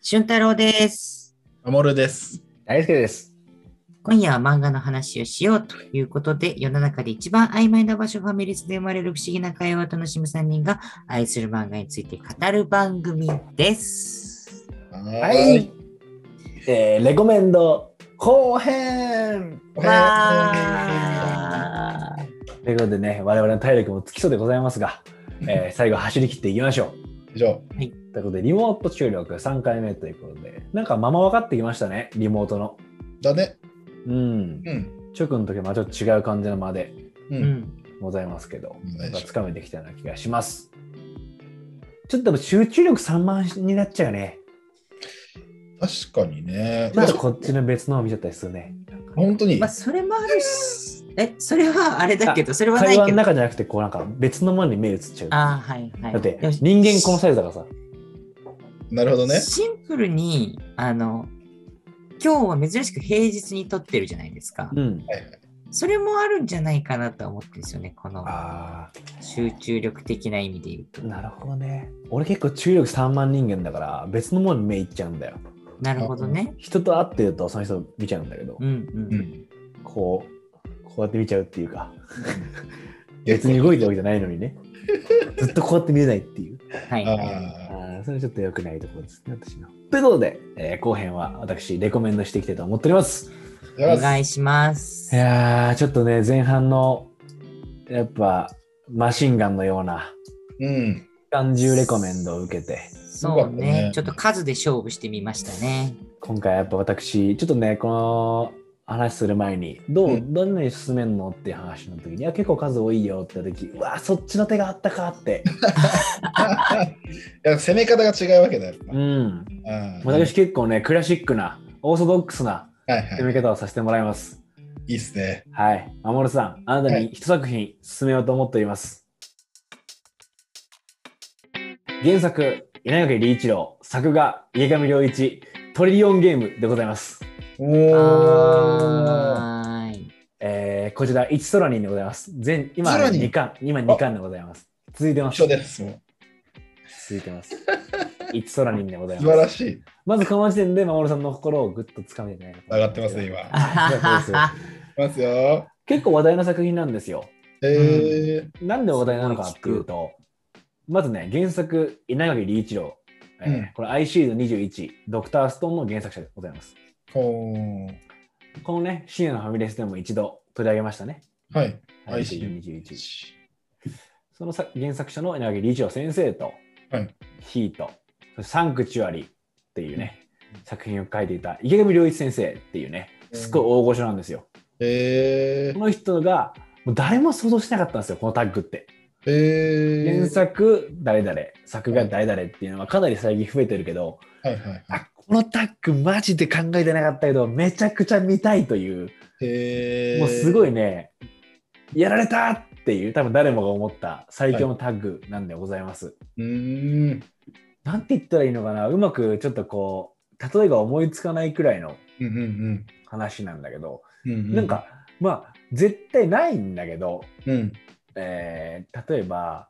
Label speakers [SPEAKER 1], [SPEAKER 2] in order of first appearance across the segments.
[SPEAKER 1] 俊太郎です。
[SPEAKER 2] アモルです。
[SPEAKER 3] 大輔です。
[SPEAKER 1] 今夜は漫画の話をしようということで、世の中で一番曖昧な場所ファミレスで生まれる不思議な会話を楽しむ3人が愛する漫画について語る番組です。
[SPEAKER 2] は
[SPEAKER 3] は。い。えー、レコメンド後編
[SPEAKER 1] わー
[SPEAKER 3] ということでね、我々の体力も尽きそうでございます が、えー最後走り切っていきましょ
[SPEAKER 2] 以上。
[SPEAKER 3] う。ということで、リモート収録3回目ということで、なんかまま分かってきましたね、リモートの。
[SPEAKER 2] だね。
[SPEAKER 3] うん。
[SPEAKER 2] うん。
[SPEAKER 3] 直の時はまあちょっと違う感じの間で
[SPEAKER 2] う。
[SPEAKER 1] うんん。
[SPEAKER 3] ございますけど、
[SPEAKER 2] うん
[SPEAKER 3] なんかつかめてきたような気がします。ちょっとでも集中力散漫になっちゃうね。
[SPEAKER 2] 確かにね。
[SPEAKER 3] ま
[SPEAKER 2] い
[SPEAKER 3] だ
[SPEAKER 2] や
[SPEAKER 3] こっちの別のを見ちゃったりするね。
[SPEAKER 2] 本当に
[SPEAKER 1] まあ、。それもあるし、え、それはあれだけど、それはない
[SPEAKER 3] 会話
[SPEAKER 1] け
[SPEAKER 3] の
[SPEAKER 1] ど。あ
[SPEAKER 3] 中じゃなくて、こうなんか別のものに目移っちゃう。
[SPEAKER 1] あー、はいはい。
[SPEAKER 3] だって
[SPEAKER 1] でも
[SPEAKER 3] 人間このサイズだからさ。
[SPEAKER 2] なるほどね。
[SPEAKER 1] シンプルに、あの、今日は珍しく平日に撮ってるじゃないですか。
[SPEAKER 3] うん。
[SPEAKER 1] それもあるんじゃないかなとは思ってるんですよね、この
[SPEAKER 3] あ
[SPEAKER 1] 集中力的な意味で言うと
[SPEAKER 3] あ、。なるほどね。俺結構注意力3万人間だから別のものに目いっちゃうんだよ。
[SPEAKER 1] なるほどね。
[SPEAKER 3] 人と会ってるとその人見ちゃうんだけど
[SPEAKER 1] う、んう。
[SPEAKER 2] うんん。
[SPEAKER 3] こう、こうやって見ちゃうっていうか、別に動いてるわけじゃないのにね。 ずっとこうやって見れないっていう。
[SPEAKER 1] はい
[SPEAKER 2] あ
[SPEAKER 1] はい。
[SPEAKER 2] あ。
[SPEAKER 3] ああ、それちょっと良くないところですね、私の。ということで、えー後編は私、レコメンドしていきたいと思っております。
[SPEAKER 2] じゃ
[SPEAKER 1] お
[SPEAKER 2] あ
[SPEAKER 1] 願いします
[SPEAKER 3] い。やー、ちょっとね、前半の、やっぱ、マシンガンのような、
[SPEAKER 2] うん。
[SPEAKER 3] 感重レコメンドを受けて、
[SPEAKER 1] そう
[SPEAKER 2] よかった
[SPEAKER 1] ね
[SPEAKER 2] ね。
[SPEAKER 1] ちょっと数で勝負してみましたね。
[SPEAKER 3] 今回やっぱ私、ちょっとね、この話する前に、ど
[SPEAKER 2] う
[SPEAKER 3] う、
[SPEAKER 2] ん
[SPEAKER 3] どんなに進めんのっていう話の時に、いや、結構数多いよって時、うわ、そっちの手があったかって。
[SPEAKER 2] いや攻め方が違うわけだよ。
[SPEAKER 3] うん。
[SPEAKER 2] ああ
[SPEAKER 3] 私結構ね、クラシックな、オーソドックスな
[SPEAKER 2] はい
[SPEAKER 3] 読
[SPEAKER 2] は
[SPEAKER 3] み方をさせてもらいます。
[SPEAKER 2] い。いいっすね。
[SPEAKER 3] はい。守さん、あなたに一作品進めようと思っております。原作、稲垣理一郎、作画、家上良一、トリリオンゲームでございます。
[SPEAKER 2] おー。
[SPEAKER 1] はーい。え
[SPEAKER 3] えー、こちら、一空人でございます。全、今、
[SPEAKER 2] 空人
[SPEAKER 3] 2巻、今2巻でございます。続いてま
[SPEAKER 2] 一緒
[SPEAKER 3] す。
[SPEAKER 2] です。もう
[SPEAKER 3] 続いてます。一空人でござ い
[SPEAKER 2] 素晴ら
[SPEAKER 3] ます。
[SPEAKER 2] しい。
[SPEAKER 3] まずこの時点で、守さんの心をぐっと掴めてない。
[SPEAKER 2] 上がってますね 今
[SPEAKER 3] はい上がってます
[SPEAKER 2] いきますよ。
[SPEAKER 3] 結構話題の作品なんですよ。
[SPEAKER 2] えー。
[SPEAKER 3] なんで話題なのかっていうと、まずね、原作、稲垣理一郎、えー
[SPEAKER 2] うん
[SPEAKER 3] これ ICU21、ドクターストーンの原作者でございます。
[SPEAKER 2] ほー。
[SPEAKER 3] このね、深夜のファミレスでも一度取り上げましたね。
[SPEAKER 2] はい。
[SPEAKER 3] ICU21。そのさ原作者の稲垣理一郎先生と、
[SPEAKER 2] はい
[SPEAKER 3] ヒート、そしてサンクチュアリっていうね、作品を書いていた池上良一先生っていうね、すごい大御所なんですよ。
[SPEAKER 2] え
[SPEAKER 3] この人が、もう誰も想像してなかったんですよ、このタッグって。
[SPEAKER 2] ー。えー。
[SPEAKER 3] 原作誰々作画誰々っていうのはかなり最近増えてるけど、
[SPEAKER 2] はいはいはい。
[SPEAKER 3] あこのタッグマジで考えてなかったけどめちゃくちゃ見たいという、
[SPEAKER 2] えー。
[SPEAKER 3] もうすごいねやられたっていう多分誰もが思った最強のタッグなんでございます。
[SPEAKER 2] うーん。
[SPEAKER 3] なんて言ったらいいのかなうまくちょっとこう例えが思いつかないくらいの
[SPEAKER 2] うんうん
[SPEAKER 3] 話なんだけど、
[SPEAKER 2] うん。うん
[SPEAKER 3] なん、かまあ絶対ないんだけど、
[SPEAKER 2] うん。
[SPEAKER 3] えー例えば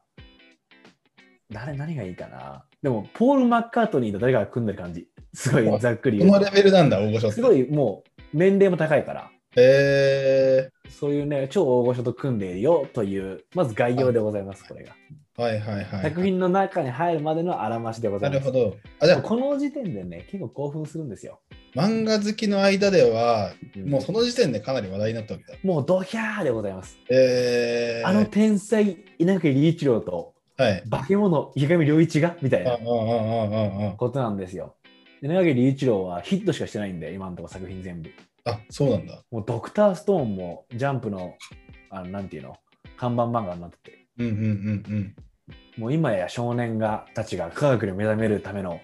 [SPEAKER 3] 誰何がいいかなでもポール・マッカートニーと誰かが組んでる感じすごいざっくり
[SPEAKER 2] こ
[SPEAKER 3] 言
[SPEAKER 2] の
[SPEAKER 3] う
[SPEAKER 2] レベルなんだ、大御所っ
[SPEAKER 3] と
[SPEAKER 2] て
[SPEAKER 3] すご。いもう年齢も高いから
[SPEAKER 2] え
[SPEAKER 3] そういうね超大御所と組んでいるよというまず概要でございますこれが
[SPEAKER 2] ー。はいはいはい。
[SPEAKER 3] 作品の中に入るまでのあらましでござ
[SPEAKER 2] ない
[SPEAKER 3] ま
[SPEAKER 2] る
[SPEAKER 3] す
[SPEAKER 2] ほど。あ、じゃあ、
[SPEAKER 3] この時点でね結構興奮するんですよ、
[SPEAKER 2] 漫画好きの間では、
[SPEAKER 3] うん
[SPEAKER 2] もうその時点でかなり話題になったわけだ。
[SPEAKER 3] もうドヒャーでございます、
[SPEAKER 2] えー。
[SPEAKER 3] あの天才稲垣理一郎と
[SPEAKER 2] はい。
[SPEAKER 3] 化け物池上良一がみたい
[SPEAKER 2] ああ、あ
[SPEAKER 3] な
[SPEAKER 2] あ、ああ、あ
[SPEAKER 3] ことなんですよ。で、長木隆一郎はヒットしかしてないんで、今のところ作品全部。
[SPEAKER 2] あ。あ、そうなんだ。
[SPEAKER 3] もうドクターストーンもジャンプの、あの、なんていうの、看板漫画になってて、
[SPEAKER 2] うんうんうんうん。
[SPEAKER 3] もう今や少年がたちが科学に目覚めるための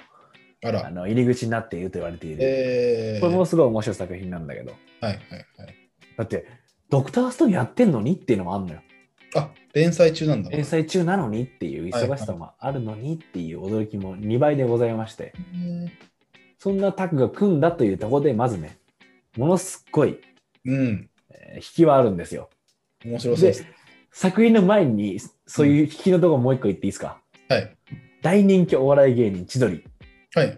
[SPEAKER 2] あ
[SPEAKER 3] あ
[SPEAKER 2] ら。
[SPEAKER 3] の入り口になっていると言われている。
[SPEAKER 2] えー。
[SPEAKER 3] これもすごい面白い作品なんだけど、
[SPEAKER 2] はいはいはい。
[SPEAKER 3] だって、ドクターストーンやってんのにっていうのもあるのよ。
[SPEAKER 2] あ、連載中なんだ。
[SPEAKER 3] 連載中なのにっていう忙しさもあるのにっていう驚きも2倍でございまして。
[SPEAKER 2] えー。
[SPEAKER 3] そんなタッグが組んだというところで、まずね、ものすっごい、
[SPEAKER 2] うん。
[SPEAKER 3] えー引きはあるんですよ。
[SPEAKER 2] 面白そうです。
[SPEAKER 3] 作品の前に、そういう引きのところもう一個言っていいですか、
[SPEAKER 2] はい。
[SPEAKER 3] 大人気お笑い芸人、千鳥。
[SPEAKER 2] はい。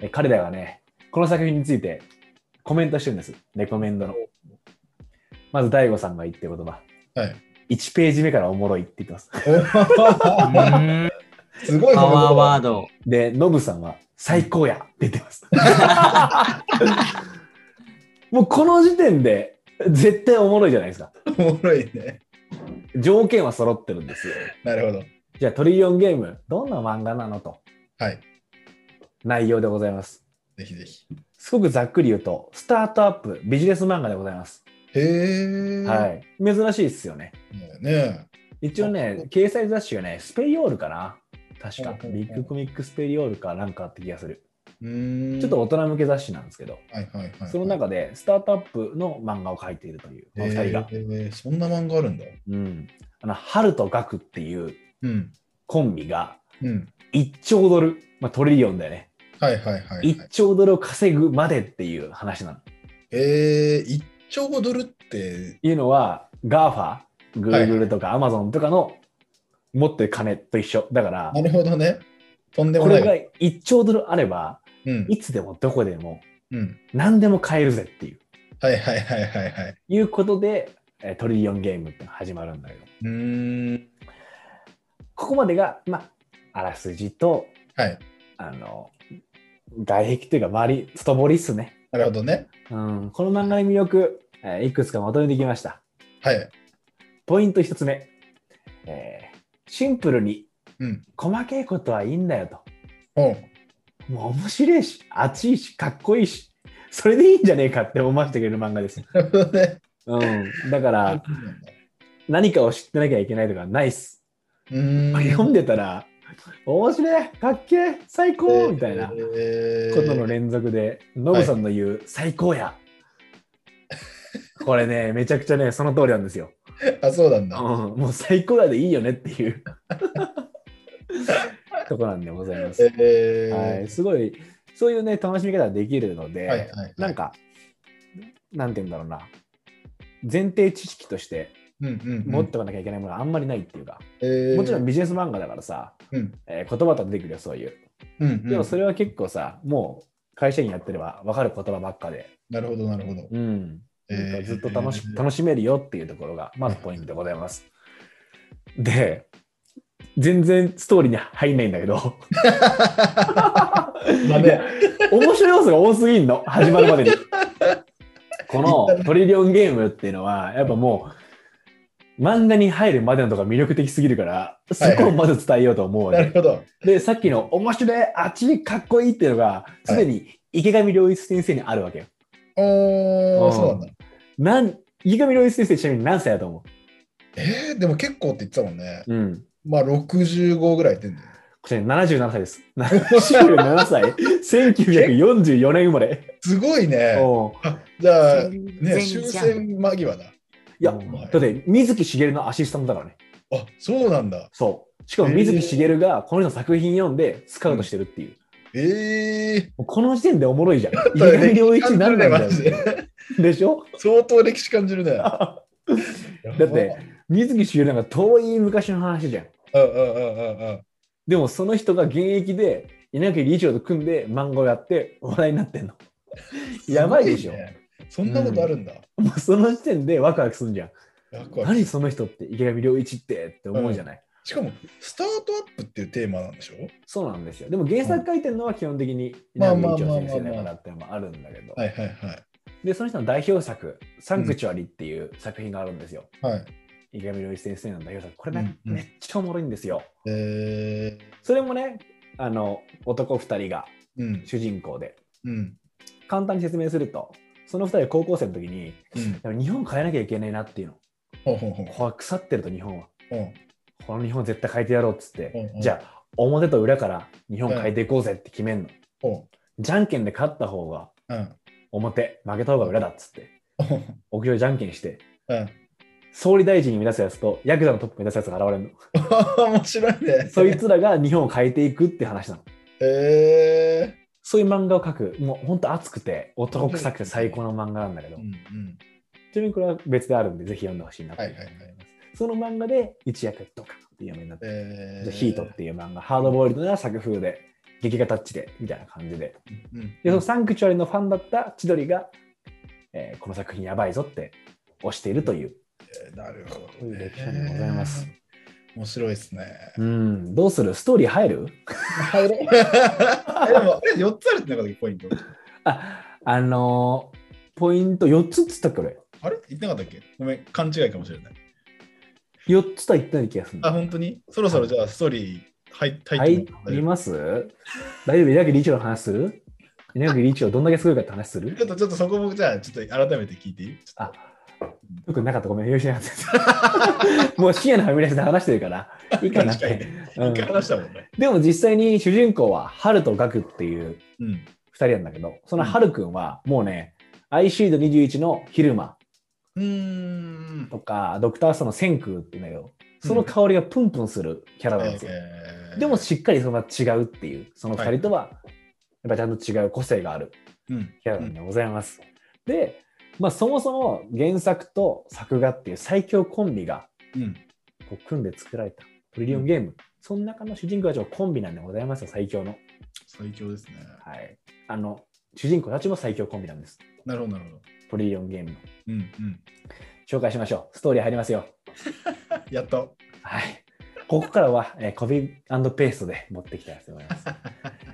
[SPEAKER 3] え彼らがね、この作品についてコメントしてるんです。レコメンドの。まず、大悟さんが言ってる言葉。
[SPEAKER 2] はい。
[SPEAKER 3] 1ページ目からおもろいって言ってます。
[SPEAKER 1] う
[SPEAKER 2] お
[SPEAKER 1] ーん
[SPEAKER 2] すごい
[SPEAKER 1] パワーワー
[SPEAKER 2] ド。
[SPEAKER 1] ド。
[SPEAKER 3] で、ノブさんは最高やって言ってます。 もうこの時点で絶対おもろいじゃないですか。
[SPEAKER 2] おもろいね。
[SPEAKER 3] 条件は揃ってるんですよ。
[SPEAKER 2] なるほど。
[SPEAKER 3] じゃあトリリオンゲーム、どんな漫画なのと
[SPEAKER 2] はい。
[SPEAKER 3] 内容でございます。
[SPEAKER 2] ぜひぜひ。
[SPEAKER 3] すごくざっくり言うと、スタートアップビジネス漫画でございます。
[SPEAKER 2] へえ。
[SPEAKER 3] はい。珍しいですよね。
[SPEAKER 2] い。ね
[SPEAKER 3] 一応ね、掲載雑誌がね、スペイオールかな。確か
[SPEAKER 2] ほうほうほ。う
[SPEAKER 3] ビッグコミックスペイオールかなんかって気がする。
[SPEAKER 2] うーん。
[SPEAKER 3] ちょっと大人向け雑誌なんですけど、
[SPEAKER 2] はいはいはい。
[SPEAKER 3] その中でスタートアップの漫画を描いているという、この
[SPEAKER 2] え
[SPEAKER 3] 二人が。
[SPEAKER 2] ーそんな漫画あるんだ。
[SPEAKER 3] うん。あの、春とガクっていう
[SPEAKER 2] うん。
[SPEAKER 3] コンビが
[SPEAKER 2] うん。
[SPEAKER 3] 1兆ドル、まあトリリオンだよね。
[SPEAKER 2] はいはいはい、はい
[SPEAKER 3] 1。兆ドルを稼ぐまでっていう話なの。
[SPEAKER 2] えー、1兆ドルって、
[SPEAKER 3] いうのは、GAFA、
[SPEAKER 2] はい
[SPEAKER 3] Google とか Amazon とかの持ってる金と一緒。だから
[SPEAKER 2] な、るほどね。とんでも
[SPEAKER 3] こ
[SPEAKER 2] な
[SPEAKER 3] れ
[SPEAKER 2] い。
[SPEAKER 3] が1兆ドルあれば、
[SPEAKER 2] うん。
[SPEAKER 3] いつでもどこでも
[SPEAKER 2] うん。
[SPEAKER 3] 何でも買えるぜっていう、
[SPEAKER 2] はいはいはいはいはい。
[SPEAKER 3] いうことで、えートリリオンゲームってのが始まるんだけど、
[SPEAKER 2] うーん。
[SPEAKER 3] ここまでが、まあ、あらすじと、
[SPEAKER 2] はい。
[SPEAKER 3] あの、外壁というか周り、外堀っすね。
[SPEAKER 2] なるほどね。
[SPEAKER 3] うん、この漫画の魅力、えーいくつかまとめてきました。
[SPEAKER 2] はい。
[SPEAKER 3] ポイント一つ目、えーシンプルに
[SPEAKER 2] うん。
[SPEAKER 3] 細けいことはいいんだよと。
[SPEAKER 2] おう
[SPEAKER 3] もう面白いし、熱いし、かっこいいし、それでいいんじゃねえかって思わせてくれる漫画です。
[SPEAKER 2] なるほどね。
[SPEAKER 3] うん、だから、
[SPEAKER 2] う
[SPEAKER 3] 何かを知ってなきゃいけないとかないっす。
[SPEAKER 2] ーん。
[SPEAKER 3] 読んでたら、面白い、かっけえ、最高みたいなこ
[SPEAKER 2] えー
[SPEAKER 3] との連続で、ノブさんの言う、最高や。これね、 めちゃくちゃね、その通りなんですよ。
[SPEAKER 2] あ、そうなんだ。
[SPEAKER 3] うん、もう最高やでいいよねっていう とこなんでございます。
[SPEAKER 2] えー
[SPEAKER 3] はい、すごい、そういうね、楽しみ方ができるので、
[SPEAKER 2] はいはいはい
[SPEAKER 3] なんか、なんて言うんだろうな、前提知識として
[SPEAKER 2] うんうんうん
[SPEAKER 3] 持っておかなきゃいけないものがあんまりないっていうか、
[SPEAKER 2] えー
[SPEAKER 3] もちろんビジネス漫画だからさ、
[SPEAKER 2] うん
[SPEAKER 3] えー言葉と出てくるよ、そういう。
[SPEAKER 2] うんうん
[SPEAKER 3] でもそれは結構さ、もう会社員やってれば分かる言葉ばっかで、
[SPEAKER 2] なるほど、なるほど。
[SPEAKER 3] うん、なん
[SPEAKER 2] え
[SPEAKER 3] か
[SPEAKER 2] ー
[SPEAKER 3] ずっと楽し,、楽しめるよっていうところが、まずポイントでございます。で、全然ストーリーに入んないんだけど、
[SPEAKER 2] ダメ。
[SPEAKER 3] 面白い要素が多すぎんの、始まるまでに。このトリリオンゲームっていうのは、やっぱもう、漫画に入るまでのとか魅力的すぎるから、そこをまず伝えようと思うわけ
[SPEAKER 2] なるほど。
[SPEAKER 3] で、さっきの面白い、あっちかっこいいっていうのが、すでに池上良一先生にあるわけよ。
[SPEAKER 2] おー、
[SPEAKER 3] うん
[SPEAKER 2] そうなんだ。
[SPEAKER 3] なん池上良一先生、ちなみに何歳だと思
[SPEAKER 2] えー、でも結構って言ってたもんね。
[SPEAKER 3] ううん。
[SPEAKER 2] まあ、65ぐらい言ってんだよ。
[SPEAKER 3] こちら77歳です。77歳 ?1944 年生まれ。
[SPEAKER 2] すごいね。
[SPEAKER 3] おう
[SPEAKER 2] あじゃあ、
[SPEAKER 1] 全
[SPEAKER 2] ね、
[SPEAKER 1] 然
[SPEAKER 2] 終
[SPEAKER 1] じゃん
[SPEAKER 2] 戦間際だ。
[SPEAKER 3] いや、
[SPEAKER 1] う
[SPEAKER 3] だ
[SPEAKER 1] ん
[SPEAKER 3] って水木しげるのアシスタントだからね。
[SPEAKER 2] あ、そうなんだ。
[SPEAKER 3] そう。しかも水木しげるがこの人の作品読んでスカウトしてるっていう。
[SPEAKER 2] ええ
[SPEAKER 3] もうこの時点でおもろいじゃん。
[SPEAKER 2] と
[SPEAKER 3] 池上良一
[SPEAKER 2] 感じ
[SPEAKER 3] なん
[SPEAKER 2] る
[SPEAKER 3] な
[SPEAKER 2] ね、
[SPEAKER 3] んだ
[SPEAKER 2] マ
[SPEAKER 3] よ。
[SPEAKER 2] ジで。
[SPEAKER 3] でしょ
[SPEAKER 2] 相当歴史感じる ね。だ
[SPEAKER 3] だって、水木しげるなんか遠い昔の話じゃん。
[SPEAKER 2] うんうんうんうんうん。
[SPEAKER 3] でもその人が現役で稲垣理事長と組んで漫画をやって話題になってんの。やばいでしょ
[SPEAKER 2] すごねそんなことあるんだ。
[SPEAKER 3] もうその時点でワクワクするじゃん。
[SPEAKER 2] ワクワク
[SPEAKER 3] 何その人って池上良一ってって思うじゃない。
[SPEAKER 2] しかも、スタートアップっていうテーマなんでしょ
[SPEAKER 3] そうなんですよ。でも原作書いてるのは基本的に
[SPEAKER 2] ま
[SPEAKER 3] 稲
[SPEAKER 2] あ
[SPEAKER 3] 上
[SPEAKER 2] まあ
[SPEAKER 3] 一
[SPEAKER 2] まあまあ
[SPEAKER 3] 郎先生だからってのもあるんだけど、
[SPEAKER 2] はいはいはい。
[SPEAKER 3] でその人の代表作「サンクチュアリ」っていう作品があるんですよ。
[SPEAKER 2] はい。
[SPEAKER 3] 池上良一先生の代表作これね、
[SPEAKER 2] うんうん
[SPEAKER 3] めっちゃおもろいんですよ。
[SPEAKER 2] えー、
[SPEAKER 3] それもねあの男2人が
[SPEAKER 2] うん。
[SPEAKER 3] 主人公で
[SPEAKER 2] うん。
[SPEAKER 3] 簡単に説明するとその2人は高校生の時に
[SPEAKER 2] うん。
[SPEAKER 3] でも日本変えなきゃいけないなっていうの。
[SPEAKER 2] ほうほうほう。
[SPEAKER 3] これ腐ってると日本は。
[SPEAKER 2] うん
[SPEAKER 3] この日本絶対変えてやろうっつって、
[SPEAKER 2] うんうん
[SPEAKER 3] じゃあ表と裏から日本変えていこうぜって決めんの。
[SPEAKER 2] ほ
[SPEAKER 3] じゃんけんで勝った方が
[SPEAKER 2] う。うん。
[SPEAKER 3] 表、負けた方が裏だっつって、
[SPEAKER 2] ほう
[SPEAKER 3] 屋上じゃんけんして、
[SPEAKER 2] うん。
[SPEAKER 3] 総理大臣目指すやつとヤクザのトップ目指すやつが現 れる
[SPEAKER 2] 面白いね
[SPEAKER 3] の。。そいつらが日本を変えていくって話なの。
[SPEAKER 2] え
[SPEAKER 3] そういう漫画を描く、もう本当熱くて男臭くて最高の漫画なんだけど、
[SPEAKER 2] ー、うんうん。
[SPEAKER 3] ちなみにこれは別であるんで、ぜひ読んでほしいなと
[SPEAKER 2] は
[SPEAKER 3] 思
[SPEAKER 2] い
[SPEAKER 3] い
[SPEAKER 2] はい
[SPEAKER 3] ます。
[SPEAKER 2] はい。
[SPEAKER 3] その漫画で一躍ドカンっていう読みになって、
[SPEAKER 2] え
[SPEAKER 3] ヒートっていう漫画、ハードボイルドな作風で劇画タッチで、みたいな感じで。
[SPEAKER 2] うん
[SPEAKER 3] で、そのサンクチュアリのファンだった千鳥が、えーこの作品やばいぞって推しているという、
[SPEAKER 2] えーなるほ
[SPEAKER 3] そ
[SPEAKER 2] ど、
[SPEAKER 3] ういう
[SPEAKER 2] ね
[SPEAKER 3] 歴。史でございます。
[SPEAKER 2] 面白いです ね。
[SPEAKER 3] うん、どうするストーリー入る
[SPEAKER 2] 入ろうえでも、え4つあるってなかったっけポイント。
[SPEAKER 3] あ、あのーポイント4つっつったっけ俺。
[SPEAKER 2] あれ言ってなかったっけごめん、勘違いかもしれない。
[SPEAKER 3] 4つとは言ってない気がする。
[SPEAKER 2] あ、本当にそろそろじゃあ、ストーリー入って入っ
[SPEAKER 3] 入
[SPEAKER 2] てもらって
[SPEAKER 3] り
[SPEAKER 2] も
[SPEAKER 3] ます大丈夫稲垣理事長の話する稲垣理事長どんだけすごいかって話す
[SPEAKER 2] ちょ
[SPEAKER 3] る
[SPEAKER 2] っと、ちょっとそこも、じゃあ、ちょっと改めて聞いていいちょっ
[SPEAKER 3] あ、よくなかった。ごめん、用意しなかった。も う深夜のファミレスで話してるから、いい
[SPEAKER 2] と
[SPEAKER 3] かなっ
[SPEAKER 2] 確かに
[SPEAKER 3] て。
[SPEAKER 2] ね。
[SPEAKER 3] う
[SPEAKER 2] 一
[SPEAKER 3] ん
[SPEAKER 2] 回話したもんね。
[SPEAKER 3] でも実際に主人公は、ハルとガクっていう
[SPEAKER 2] うん。
[SPEAKER 3] 二人なんだけど、そのハルくんは、もうね、アイシールド21のヒルマ
[SPEAKER 2] うーん。
[SPEAKER 3] とか、ドクターストーンのセンクーっていうのよ。その香りがプンプンするキャラなんですよ。
[SPEAKER 2] えー
[SPEAKER 3] でも、しっかりそんな違うっていう、その二人とは、やっぱちゃんと違う個性がある。
[SPEAKER 2] うん。
[SPEAKER 3] キャラでございます。で、まあ、そもそも原作と作画っていう最強コンビが
[SPEAKER 2] うん。
[SPEAKER 3] こう組んで作られたトリリオンゲーム、その中の主人公たちはコンビなんでございますよ、最強の。
[SPEAKER 2] 最強ですね。
[SPEAKER 3] はい、あの主人公たちも最強コンビなんです、
[SPEAKER 2] なるほど、なるほど。
[SPEAKER 3] トリリオンゲームの。
[SPEAKER 2] うん、うん。
[SPEAKER 3] 紹介しましょう、ストーリー入りますよ。
[SPEAKER 2] やっと。
[SPEAKER 3] はい、ここからは、えーコピーペーストで持ってきたやつでございます。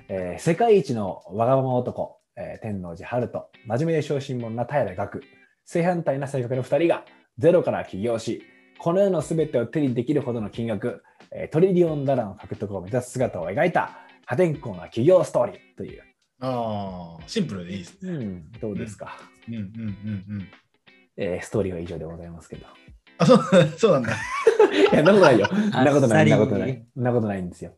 [SPEAKER 3] えー世界一のわがまま男、えー天王寺春と真面目で小心者な平岳正反対な性格の2人がゼロから起業しこの世の全てを手にできるほどの金額、えートリリオンダラーの獲得を目指す姿を描いた破天荒な起業ストーリーという、
[SPEAKER 2] ああ、シンプルでいいですね。
[SPEAKER 3] うん、どうですか、
[SPEAKER 2] うん、うん、うん、うん。
[SPEAKER 3] えーストーリーは以上でございますけど
[SPEAKER 2] あ、そう、そうなんだ。
[SPEAKER 3] いやそんなことないよそ
[SPEAKER 1] あ
[SPEAKER 3] んなことないそんな
[SPEAKER 1] あ
[SPEAKER 3] こ
[SPEAKER 1] っさ
[SPEAKER 3] と
[SPEAKER 1] り
[SPEAKER 3] ないそんなことないんですよ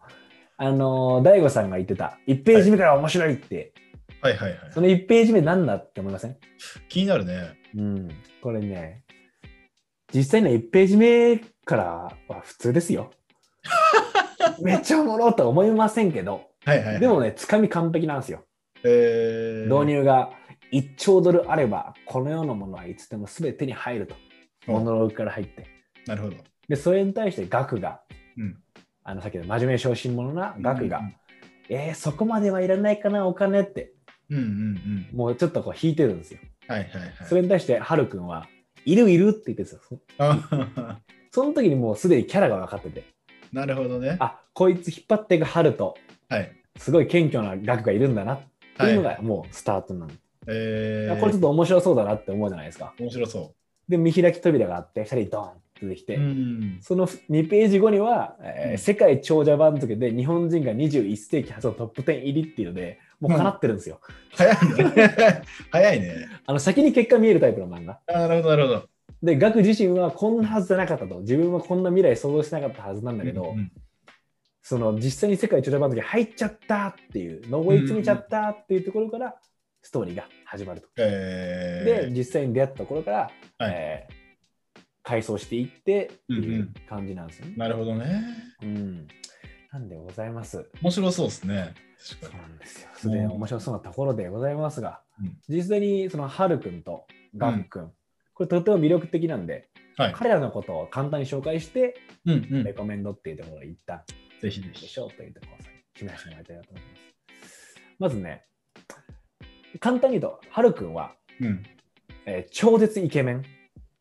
[SPEAKER 3] あのー大悟さんが言ってた1ページ目から面白いって、
[SPEAKER 2] はいはいはい。
[SPEAKER 3] その1ページ目何だって思いません
[SPEAKER 2] 気になるね。
[SPEAKER 3] うん、これね、実際の1ページ目からは普通ですよ。めっちゃおもろとは思いませんけど、
[SPEAKER 2] はいはい。
[SPEAKER 3] で、もね、つかみ完璧なんですよ。
[SPEAKER 2] えー、
[SPEAKER 3] 導入が1兆ドルあれば、この世のものはいつでも全て手に入ると、
[SPEAKER 2] うん
[SPEAKER 3] モノローグから入って。
[SPEAKER 2] なるほど。
[SPEAKER 3] で、それに対して額が、
[SPEAKER 2] うん
[SPEAKER 3] あのさっきの真面目小心者な額が、
[SPEAKER 2] うんうん
[SPEAKER 3] えー、そこまではいらないかな、お金って、
[SPEAKER 2] うんうんうん。
[SPEAKER 3] もうちょっとこう引いてるんですよ。
[SPEAKER 2] はいはいはい。
[SPEAKER 3] それに対して、はるくんは、いるいるって言ってたんですよ。
[SPEAKER 2] あ
[SPEAKER 3] その時にもうすでにキャラが分かってて、
[SPEAKER 2] なるほどね。
[SPEAKER 3] あこいつ引っ張っていくハルと、
[SPEAKER 2] はい。
[SPEAKER 3] すごい謙虚な額がいるんだなって
[SPEAKER 2] は
[SPEAKER 3] いう
[SPEAKER 2] い
[SPEAKER 3] の。がもうスタートなの。
[SPEAKER 2] えー、
[SPEAKER 3] これちょっと面白そうだなって思うじゃないですか。
[SPEAKER 2] 面白そ
[SPEAKER 3] で、見開き扉があって、2人ドーンって出てき
[SPEAKER 2] う。
[SPEAKER 3] て、
[SPEAKER 2] ん。
[SPEAKER 3] その2ページ後には、えー
[SPEAKER 2] うん
[SPEAKER 3] 世界長者番付で日本人が21世紀初のトップ10入りっていうので、もう叶ってるんですよ。
[SPEAKER 2] 早いね。早いね。
[SPEAKER 3] あの先に結果見えるタイプの漫画。
[SPEAKER 2] あーなるほど、なるほど。
[SPEAKER 3] で、額自身はこんなはずじゃなかったと、自分はこんな未来想像してなかったはずなんだけど、
[SPEAKER 2] うんうん
[SPEAKER 3] その実際に世界一番の時入っちゃったっていう上り詰めちゃったっていうところからストーリーが始まると。
[SPEAKER 2] え
[SPEAKER 3] で
[SPEAKER 2] ー、
[SPEAKER 3] 実際に出会ったところから、
[SPEAKER 2] はい
[SPEAKER 3] えー回想していってってい
[SPEAKER 2] んう
[SPEAKER 3] うん感じなんですよね。
[SPEAKER 2] なるほどね。
[SPEAKER 3] うんなんでございます。
[SPEAKER 2] 面白そうですね。
[SPEAKER 3] そ
[SPEAKER 2] 確
[SPEAKER 3] う
[SPEAKER 2] かに。
[SPEAKER 3] なんですよ。すでに面白そうなところでございますが、
[SPEAKER 2] うん
[SPEAKER 3] 実際にそのハルくんとガンくん、これとても魅力的なんで、
[SPEAKER 2] はい。
[SPEAKER 3] 彼らのことを簡単に紹介して、
[SPEAKER 2] うんうん。
[SPEAKER 3] レコメンドっていうところを一旦
[SPEAKER 2] ぜひぜ
[SPEAKER 3] で
[SPEAKER 2] ひ。
[SPEAKER 3] しょうというところを決めさせてもらいたいなと思います。まずね、簡単に言うと、はるくんは、
[SPEAKER 2] うん。
[SPEAKER 3] えー超絶イケメン、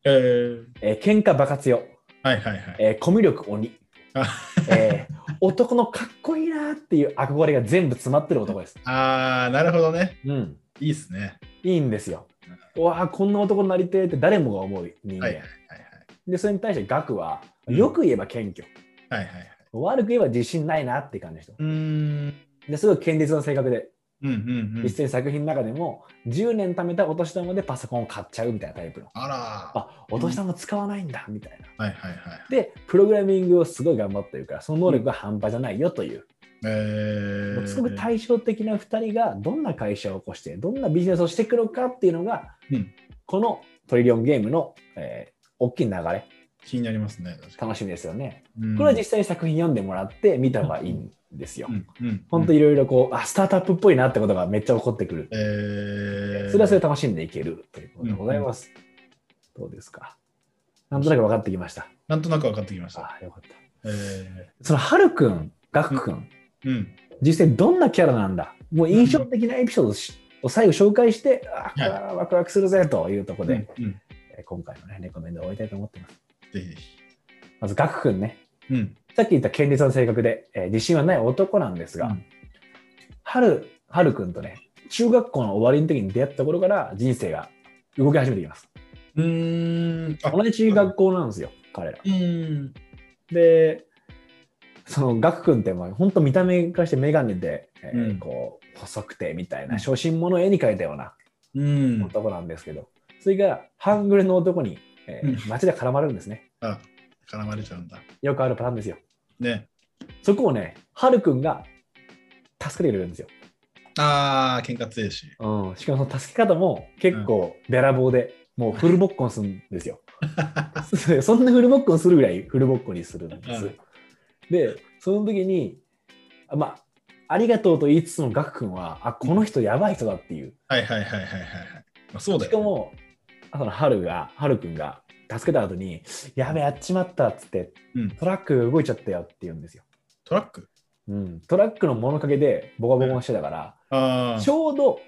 [SPEAKER 2] えー、
[SPEAKER 3] えー喧嘩爆発よ、
[SPEAKER 2] はいはいはい。
[SPEAKER 3] えーコミュ力鬼
[SPEAKER 2] あ、
[SPEAKER 3] えー男のかっこいいなっていう憧れが全部詰まってる男です。
[SPEAKER 2] あー、なるほどね。
[SPEAKER 3] うん、
[SPEAKER 2] いいっすね。
[SPEAKER 3] いいんですよ。うわあ、こんな男になりてえって誰もが思う人間。
[SPEAKER 2] はいはいはいはい。
[SPEAKER 3] で、それに対してガクは、
[SPEAKER 2] うん
[SPEAKER 3] よく言えば謙虚、
[SPEAKER 2] はいはいはい。
[SPEAKER 3] 悪く言えば自信ないなって感じの人。
[SPEAKER 2] うーん。
[SPEAKER 3] ですごい堅実な性格で、
[SPEAKER 2] うんうんうん。
[SPEAKER 3] 実際に作品の中でも10年貯めたお年玉でパソコンを買っちゃうみたいなタイプの
[SPEAKER 2] あら
[SPEAKER 3] あお年玉使わないんだみたいな
[SPEAKER 2] ー。はいはいはい。
[SPEAKER 3] でプログラミングをすごい頑張ってるからその能力が半端じゃないよという、
[SPEAKER 2] えー、
[SPEAKER 3] もうすごく対照的な2人がどんな会社を起こしてどんなビジネスをしていくのかっていうのが、
[SPEAKER 2] うん
[SPEAKER 3] このトリリオンゲームの、えー大きい流れ
[SPEAKER 2] 気になりますね。確か
[SPEAKER 3] 楽しみですよね、
[SPEAKER 2] に
[SPEAKER 3] これは実際に作品読んでもらって見た方がいいんですよ、
[SPEAKER 2] うんうん、
[SPEAKER 3] ほんといろいろこうあスタートアップっぽいなってことがめっちゃ起こってくる
[SPEAKER 2] えー、
[SPEAKER 3] それはそれで楽しんでいけるということでございます。どうですかなんとなく分かってきました。
[SPEAKER 2] なんとなく分かってきました。
[SPEAKER 3] ああ、よかった。
[SPEAKER 2] え
[SPEAKER 3] その、はるくん、がくくん
[SPEAKER 2] ー、うん。
[SPEAKER 3] 実際どんなキャラなんだもう印象的なエピソードをしを最後紹介して、あ
[SPEAKER 2] はい
[SPEAKER 3] あーワクワクするぜというところで、
[SPEAKER 2] うんうん
[SPEAKER 3] えー今回のね、レコメンドを終えたいと思ってます。
[SPEAKER 2] ぜひぜひ。
[SPEAKER 3] まず、ガク君ね、
[SPEAKER 2] うん。
[SPEAKER 3] さっき言った堅実な性格で、えー自信はない男なんです
[SPEAKER 2] う
[SPEAKER 3] が
[SPEAKER 2] ん、
[SPEAKER 3] はる、はる君とね、中学校の終わりの時に出会った頃から人生が動き始めていきます。
[SPEAKER 2] うーん。あ
[SPEAKER 3] 同じ学校なんですよ、彼ら。
[SPEAKER 2] うん。
[SPEAKER 3] で、そのガク君って、まあ、本当見た目からして眼鏡で、えー
[SPEAKER 2] うん
[SPEAKER 3] こう、細くてみたいうな、
[SPEAKER 2] ん
[SPEAKER 3] 初心者の絵に描いたような
[SPEAKER 2] うん。
[SPEAKER 3] 男なんですけど、それが半グレの男に、えー
[SPEAKER 2] う
[SPEAKER 3] 街で絡まれるんですね。
[SPEAKER 2] あ、絡まれちゃうんだ。
[SPEAKER 3] よくあるパターンですよ。
[SPEAKER 2] ね。
[SPEAKER 3] そこをね、ハル君が助けてくれるんですよ。
[SPEAKER 2] ああ、喧嘩強いし。
[SPEAKER 3] うん、しかもその助け方も結構べらぼうで、もうフルボッコンするんで すよ。そんなフルボッコンするぐらいフルボッコンにするんです。
[SPEAKER 2] うん
[SPEAKER 3] で、その時に、あまあ、ありがとうと言いつつもガク君は、あ、この人やばい人だっていう。
[SPEAKER 2] はいはいはいはいはいはい。まあ、そうだ
[SPEAKER 3] し
[SPEAKER 2] よ、
[SPEAKER 3] かも、あとのハルが、ハル君が助けた後に、やべ、やっちまったっつって
[SPEAKER 2] うん、
[SPEAKER 3] トラック動いちゃったよって言うんですよ。
[SPEAKER 2] トラック。
[SPEAKER 3] うん、トラックの物陰でボコボコにしてたから、
[SPEAKER 2] ああ。
[SPEAKER 3] ちょうど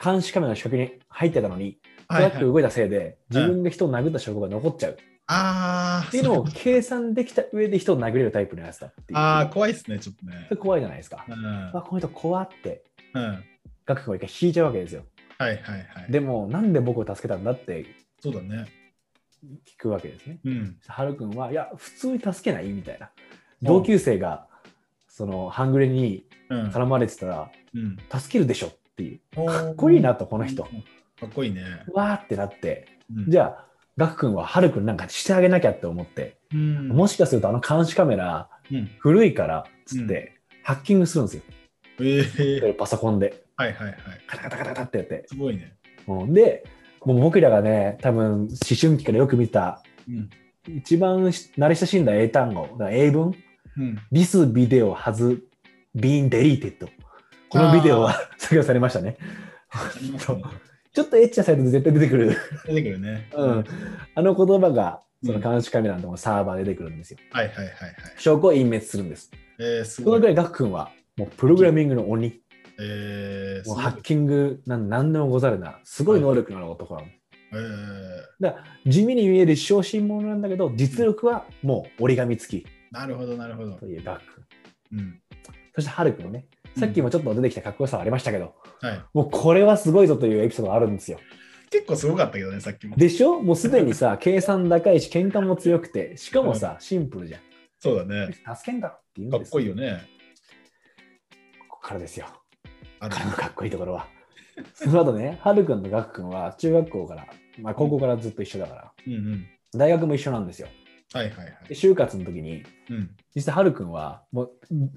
[SPEAKER 3] 監視カメラの視覚に入ってたのに、トラック動いたせいで、自分が人を殴った証拠が残っちゃうっ
[SPEAKER 2] ああ。
[SPEAKER 3] ていうのを計算できた上で人を殴れるタイプのやつだっていう。
[SPEAKER 2] ああ、怖いっすね、ちょっとね
[SPEAKER 3] それ。怖いじゃないですか
[SPEAKER 2] う。ん。
[SPEAKER 3] あ、この人怖って、
[SPEAKER 2] うん。はい
[SPEAKER 3] ガク君は一回引いちゃうわけですよ。
[SPEAKER 2] はいはい。
[SPEAKER 3] でも、なんで僕を助けたんだって
[SPEAKER 2] そうだね。
[SPEAKER 3] 聞くわけですね。
[SPEAKER 2] うん。
[SPEAKER 3] ハル君は、いや、普通に助けないみたいな。同級生が、その、半グレに
[SPEAKER 2] うん。
[SPEAKER 3] 絡まれてたら、
[SPEAKER 2] うん。
[SPEAKER 3] 助けるでしょっていう。
[SPEAKER 2] か
[SPEAKER 3] かっこいいなと、この人。
[SPEAKER 2] かっこいいね。
[SPEAKER 3] わーってなって、
[SPEAKER 2] うん、
[SPEAKER 3] じ
[SPEAKER 2] ゃ
[SPEAKER 3] ゃあ、ガク君はハル君なんかしてあげなきゃって思って、
[SPEAKER 2] うん、
[SPEAKER 3] もしかするとあの監視カメラ、
[SPEAKER 2] うん、
[SPEAKER 3] 古いからっつって、ハッキングするんですよ。
[SPEAKER 2] ええ
[SPEAKER 3] パソコンで、
[SPEAKER 2] はいはいはい。
[SPEAKER 3] カタカタカタカタってやって。
[SPEAKER 2] すごいね。
[SPEAKER 3] うんで、もう僕らがね、多分思春期からよく見た、
[SPEAKER 2] うん。
[SPEAKER 3] 一番し慣れ親しんだ英単語、だから英文、
[SPEAKER 2] うん、
[SPEAKER 3] リスビデオハズ、ビーンデリーテッド。このビデオは削除されましたね。
[SPEAKER 2] ありますね
[SPEAKER 3] ちょっとエッチなサイトで絶対出てくる。
[SPEAKER 2] 出てくるね。
[SPEAKER 3] うん
[SPEAKER 2] はい。
[SPEAKER 3] あの言葉が、その
[SPEAKER 2] うん
[SPEAKER 3] 監視カメラのところのサーバーで出てくるんですよ。
[SPEAKER 2] はいはいはい。
[SPEAKER 3] 証拠を隠滅するんです。
[SPEAKER 2] えー、す
[SPEAKER 3] そ
[SPEAKER 2] ご
[SPEAKER 3] の
[SPEAKER 2] い
[SPEAKER 3] ぐ。らいガク君は、もうプログラミングの鬼。
[SPEAKER 2] えー、す
[SPEAKER 3] もう
[SPEAKER 2] ごい
[SPEAKER 3] ハッキングなん何でもござるな、すごい能力のある男なの。
[SPEAKER 2] えー、
[SPEAKER 3] 地味に見える小心者なんだけど、実力はもう折り紙付き
[SPEAKER 2] なるほどなるほど
[SPEAKER 3] と。いうガック。
[SPEAKER 2] うん。
[SPEAKER 3] そしてハルくんね、さっきもちょっと出てきたかっこよさはありましたけど、
[SPEAKER 2] はい。
[SPEAKER 3] もうこれはすごいぞというエピソードがあるんですよ。
[SPEAKER 2] 結構すごかったけどね、さっきも。
[SPEAKER 3] でしょもうすでにさ、 計算高いし、喧嘩も強くて、しかもさ、シンプルじゃん。
[SPEAKER 2] そうだね。
[SPEAKER 3] 助けんだろって言うん
[SPEAKER 2] か
[SPEAKER 3] で
[SPEAKER 2] っ
[SPEAKER 3] す
[SPEAKER 2] こいいよね。
[SPEAKER 3] ここからですよ。
[SPEAKER 2] あの
[SPEAKER 3] 彼のかっこいいところは。その後ね、ハルくんとガクくんは中学校から、まあ高校からずっと一緒だから、
[SPEAKER 2] うんうん。
[SPEAKER 3] 大学も一緒なんですよ。
[SPEAKER 2] はいはいは
[SPEAKER 3] で
[SPEAKER 2] い。
[SPEAKER 3] 就活の時に
[SPEAKER 2] うん。
[SPEAKER 3] 実際はるくんはもう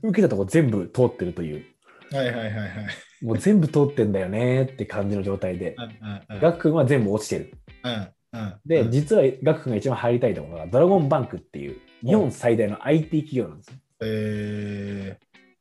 [SPEAKER 3] 受けたとこ全部通ってるという
[SPEAKER 2] はいはいはいはい。
[SPEAKER 3] もう全部通ってんだよねって感じの状態で
[SPEAKER 2] うんうんうん
[SPEAKER 3] ガクくんは全部落ちてる
[SPEAKER 2] うんうん
[SPEAKER 3] で、
[SPEAKER 2] うん
[SPEAKER 3] 実はガクくんが一番入りたいところがドラゴンバンクっていう日本最大の IT 企業なんですよ
[SPEAKER 2] え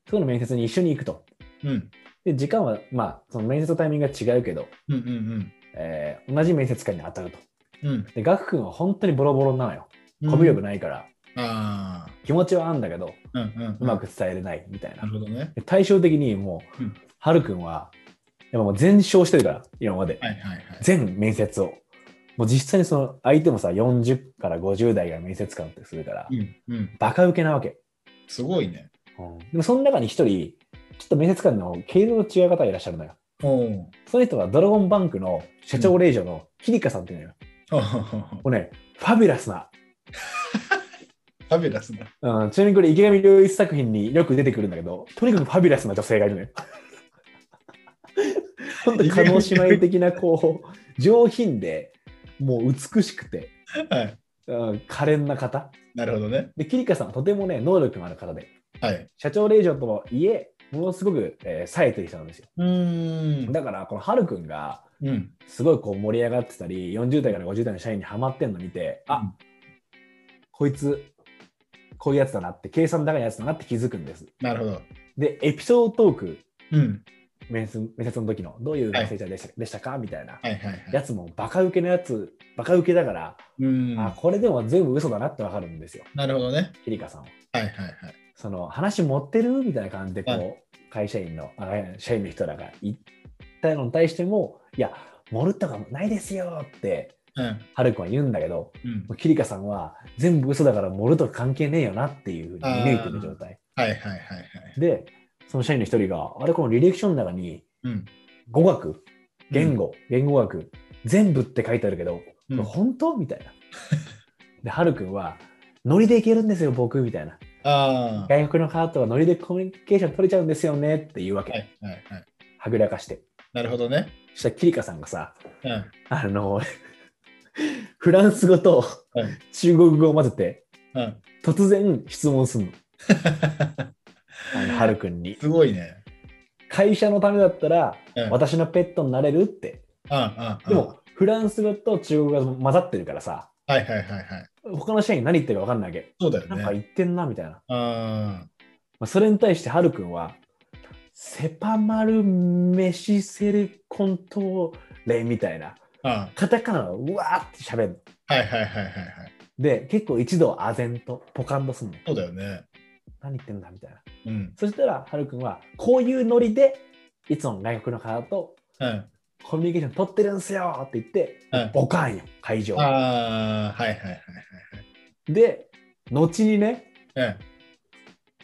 [SPEAKER 3] そこの面接に一緒に行くと
[SPEAKER 2] ー、うん
[SPEAKER 3] で時間はまあその面接のタイミングが違うけど、
[SPEAKER 2] うんうん
[SPEAKER 3] えー同じ面接官に当たると
[SPEAKER 2] うんうん
[SPEAKER 3] でガクくんは本当にボロボロなのよ
[SPEAKER 2] うん
[SPEAKER 3] コミュ力ないから、
[SPEAKER 2] あ
[SPEAKER 3] 気持ちはあんだけど
[SPEAKER 2] あうんうん
[SPEAKER 3] うまく伝えれないみたいな
[SPEAKER 2] なるほどね
[SPEAKER 3] で対照的にもう、
[SPEAKER 2] うん
[SPEAKER 3] はるくんは、やっぱもう全勝してるから、今まで。
[SPEAKER 2] はいはいはい
[SPEAKER 3] 全面接を。もう実際にその相手もさ、40から50代が面接官ってするから、
[SPEAKER 2] うんうん
[SPEAKER 3] バカ受けなわけ。
[SPEAKER 2] すごいね
[SPEAKER 3] でもその中に一人、ちょっと面接官の経度の違う方がいらっしゃるのよ。
[SPEAKER 2] おお
[SPEAKER 3] その人はドラゴンバンクの社長令嬢のキリカさんっていうのよ。
[SPEAKER 2] フ
[SPEAKER 3] もうね、ファビュラスな。
[SPEAKER 2] ァビュラスな
[SPEAKER 3] うん、ちなみにこれ池上良一作品によく出てくるんだけど、とにかくファビュラスな女性がいるのよ。 本当に叶姉妹的なこう上品でもう美しくて、
[SPEAKER 2] はい
[SPEAKER 3] うん、可憐な方
[SPEAKER 2] なるほどね
[SPEAKER 3] でキリカさんはとてもね能力のある方で
[SPEAKER 2] はい
[SPEAKER 3] 社長令嬢ともいえものすごく、えー冴えてる人なんですよ
[SPEAKER 2] うーん
[SPEAKER 3] だからこのハルくんが
[SPEAKER 2] うん
[SPEAKER 3] すごいこう盛り上がってたり40代から50代の社員にハマってんの見てあ、
[SPEAKER 2] うん
[SPEAKER 3] こいつこういうやつだなって計算高いやつだなって気づくんです
[SPEAKER 2] なるほど
[SPEAKER 3] で、エピソードトーク、
[SPEAKER 2] うん
[SPEAKER 3] 面接面接の時の、どういうメッセージでした,、でしたかみたいな、
[SPEAKER 2] はいはいは
[SPEAKER 3] や
[SPEAKER 2] い
[SPEAKER 3] つも、バカ受けのやつ、バカ受けだから、
[SPEAKER 2] うん
[SPEAKER 3] あ、これでも全部嘘だなってわかるんですよ、
[SPEAKER 2] なるほどね
[SPEAKER 3] キリカさんは。
[SPEAKER 2] はいはいはい
[SPEAKER 3] その話持ってるみたいな感じでこう、
[SPEAKER 2] は
[SPEAKER 3] 会社員のあ社員の人らが言ったのに対してもいやモルッとかないですよって
[SPEAKER 2] うん。
[SPEAKER 3] ハルくんは言うんだけど
[SPEAKER 2] うん。
[SPEAKER 3] キリカさんは全部嘘だからモルとか関係ねえよなっていうふうに見抜いてる状態
[SPEAKER 2] はいはいはいはい。
[SPEAKER 3] でその社員の一人があれこの履歴書の中に
[SPEAKER 2] うん。
[SPEAKER 3] 語学言語、言語学全部って書いてあるけど、
[SPEAKER 2] うん
[SPEAKER 3] これ本当みたいなでハルくんはノリでいけるんですよ僕みたいな
[SPEAKER 2] ああ。
[SPEAKER 3] 外国のカートはノリでコミュニケーション取れちゃうんですよねっていうわけ、
[SPEAKER 2] はいはいはい。
[SPEAKER 3] はぐらかして
[SPEAKER 2] なるほどね。
[SPEAKER 3] そしたらキリカさんがさ
[SPEAKER 2] うん。
[SPEAKER 3] あの フランス語と
[SPEAKER 2] うん
[SPEAKER 3] 中国語を混ぜて
[SPEAKER 2] うん。
[SPEAKER 3] 突然質問するのあのハルくんに
[SPEAKER 2] すごいね。
[SPEAKER 3] 会社のためだったら
[SPEAKER 2] うん
[SPEAKER 3] 私のペットになれるって
[SPEAKER 2] うんうん。
[SPEAKER 3] でもフランス語と中国語が混ざってるからさ
[SPEAKER 2] うん。はいはいはいはい。
[SPEAKER 3] 他の社員何言ってるか分かんないわけ
[SPEAKER 2] そうだよ
[SPEAKER 3] なんか
[SPEAKER 2] ね。
[SPEAKER 3] 言ってんなみたいな、
[SPEAKER 2] あ
[SPEAKER 3] まあ、それに対してハルくんはセパマルメシセルコントレみたいな
[SPEAKER 2] あ。あ
[SPEAKER 3] カタカナをうわーって喋るの
[SPEAKER 2] あ。はいはいはいはいはい。
[SPEAKER 3] で結構一度唖然とポカンとすんの
[SPEAKER 2] そうだよね。
[SPEAKER 3] 何言ってんだみたいな
[SPEAKER 2] うん。
[SPEAKER 3] そしたらハルくんはこういうノリでいつも外国の方と
[SPEAKER 2] うん。
[SPEAKER 3] コミュニケーション取ってるんすよって言って
[SPEAKER 2] うん
[SPEAKER 3] ボカンよ会場
[SPEAKER 2] ああ。はいはいはい
[SPEAKER 3] で後にね
[SPEAKER 2] はい。うん。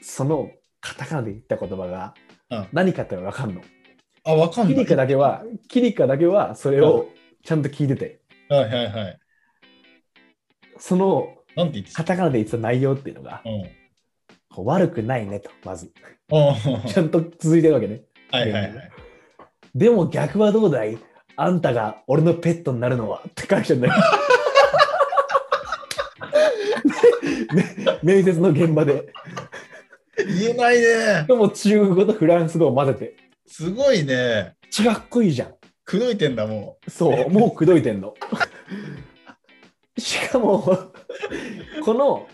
[SPEAKER 3] そのカタカナで言った言葉が
[SPEAKER 2] うん
[SPEAKER 3] 何かって分かんの
[SPEAKER 2] あ、わかん
[SPEAKER 3] キ
[SPEAKER 2] な
[SPEAKER 3] リ
[SPEAKER 2] い。
[SPEAKER 3] カだけはキリカだけはそれをちゃんと聞いてて
[SPEAKER 2] はいはいはい。
[SPEAKER 3] その
[SPEAKER 2] なんて言って
[SPEAKER 3] カ
[SPEAKER 2] た
[SPEAKER 3] タカナで言ってた内容っていうのが
[SPEAKER 2] うん。うん。
[SPEAKER 3] こう悪くないねとまず
[SPEAKER 2] は
[SPEAKER 3] ちゃんと続いてるわけね
[SPEAKER 2] いはいはい。
[SPEAKER 3] でも逆はどうだいあんたが俺のペットになるのはって会社 になる面接の現場で
[SPEAKER 2] 言えないね。
[SPEAKER 3] でも中国語とフランス語を混ぜて
[SPEAKER 2] すごいね。
[SPEAKER 3] 違っこいいじゃん
[SPEAKER 2] 口説いてんだも
[SPEAKER 3] そう、もう口説いてんの。しかも、この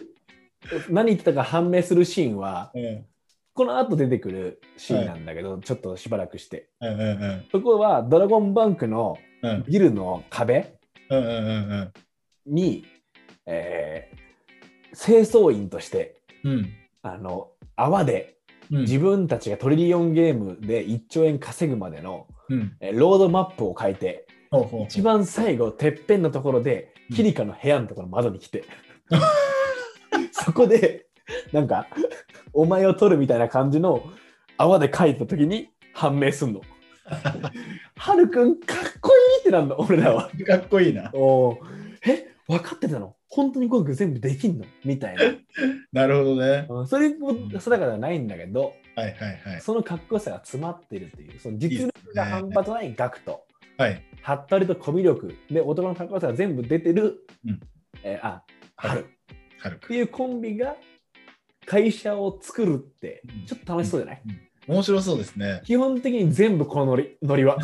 [SPEAKER 3] 何言ってたか判明するシーンは、
[SPEAKER 2] う。うん。
[SPEAKER 3] この後出てくるシーンなんだけど、ちょっとしばらくして。
[SPEAKER 2] うんうんうん。
[SPEAKER 3] そこは、ドラゴンバンクの
[SPEAKER 2] うん
[SPEAKER 3] ビルの壁
[SPEAKER 2] うんうんうん
[SPEAKER 3] に、えー清掃員として、
[SPEAKER 2] うん。
[SPEAKER 3] あの、泡で
[SPEAKER 2] うん。
[SPEAKER 3] 自分たちがトリリオンゲームで1兆円稼ぐまでの、
[SPEAKER 2] うん。
[SPEAKER 3] えーロードマップを書いて、
[SPEAKER 2] ほうほうほう。
[SPEAKER 3] 一番最後てっぺんのところで
[SPEAKER 2] うん
[SPEAKER 3] キリカの部屋のところの窓に来て そこでなんかお前を取るみたいな感じの泡で書いた時に判 明すんのはるくんかっこいいってなんだ俺らは
[SPEAKER 2] かっこいいな。
[SPEAKER 3] おーえ分かってたの本当に語学全部できんのみたいな
[SPEAKER 2] なるほどね。
[SPEAKER 3] うんそれも定かではないんだけど
[SPEAKER 2] はいはいはい。
[SPEAKER 3] そのかっこよさが詰まってるっていうそ
[SPEAKER 2] い
[SPEAKER 3] の
[SPEAKER 2] い
[SPEAKER 3] 実
[SPEAKER 2] ですね
[SPEAKER 3] 力が半端ない学徒
[SPEAKER 2] はい。
[SPEAKER 3] ハッタリとコミュ力で男のかっこよさが全部出てる、
[SPEAKER 2] うん
[SPEAKER 3] えーあ春っ
[SPEAKER 2] 軽
[SPEAKER 3] て
[SPEAKER 2] く。
[SPEAKER 3] いうコンビが会社を作るって
[SPEAKER 2] うん
[SPEAKER 3] ちょっと楽しそうじゃない、。
[SPEAKER 2] 面白そうですね
[SPEAKER 3] 基本的に全部このノリノ リは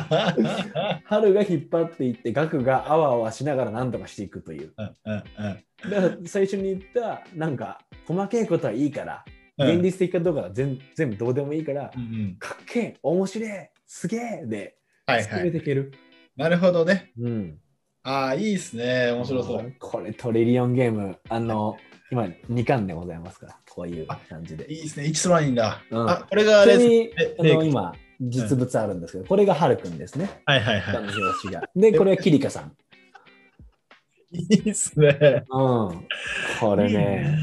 [SPEAKER 2] う
[SPEAKER 3] 春が引っ張っていってガクがあわあわしながら何とかしていくというん
[SPEAKER 2] うんうん
[SPEAKER 3] だから最初に言ったなんか細けいことはいいから
[SPEAKER 2] うん
[SPEAKER 3] 現実的かどうかは全全部どうでもいいから、
[SPEAKER 2] うんうん
[SPEAKER 3] かっけえ面白いすげえで
[SPEAKER 2] はいは
[SPEAKER 3] 進め
[SPEAKER 2] い。
[SPEAKER 3] ていける、
[SPEAKER 2] なるほどね。
[SPEAKER 3] うん
[SPEAKER 2] ああ、いいですね。面白そ
[SPEAKER 3] あー
[SPEAKER 2] う。
[SPEAKER 3] これトリリオンゲーム、あの、今2巻でございますから、こういう感じで。
[SPEAKER 2] いいですね。一空にだ。
[SPEAKER 3] うん
[SPEAKER 2] あ、これがあ
[SPEAKER 3] ちな
[SPEAKER 2] れで
[SPEAKER 3] み
[SPEAKER 2] す。
[SPEAKER 3] に
[SPEAKER 2] え、
[SPEAKER 3] あ
[SPEAKER 2] レイ
[SPEAKER 3] の
[SPEAKER 2] 君
[SPEAKER 3] 今、実物あるんですけど、これがハルくんですね。
[SPEAKER 2] はいはいは
[SPEAKER 3] この表紙が。で、これはキリカさん。
[SPEAKER 2] い。いいですね。
[SPEAKER 3] うん。これ
[SPEAKER 2] いい
[SPEAKER 3] ね、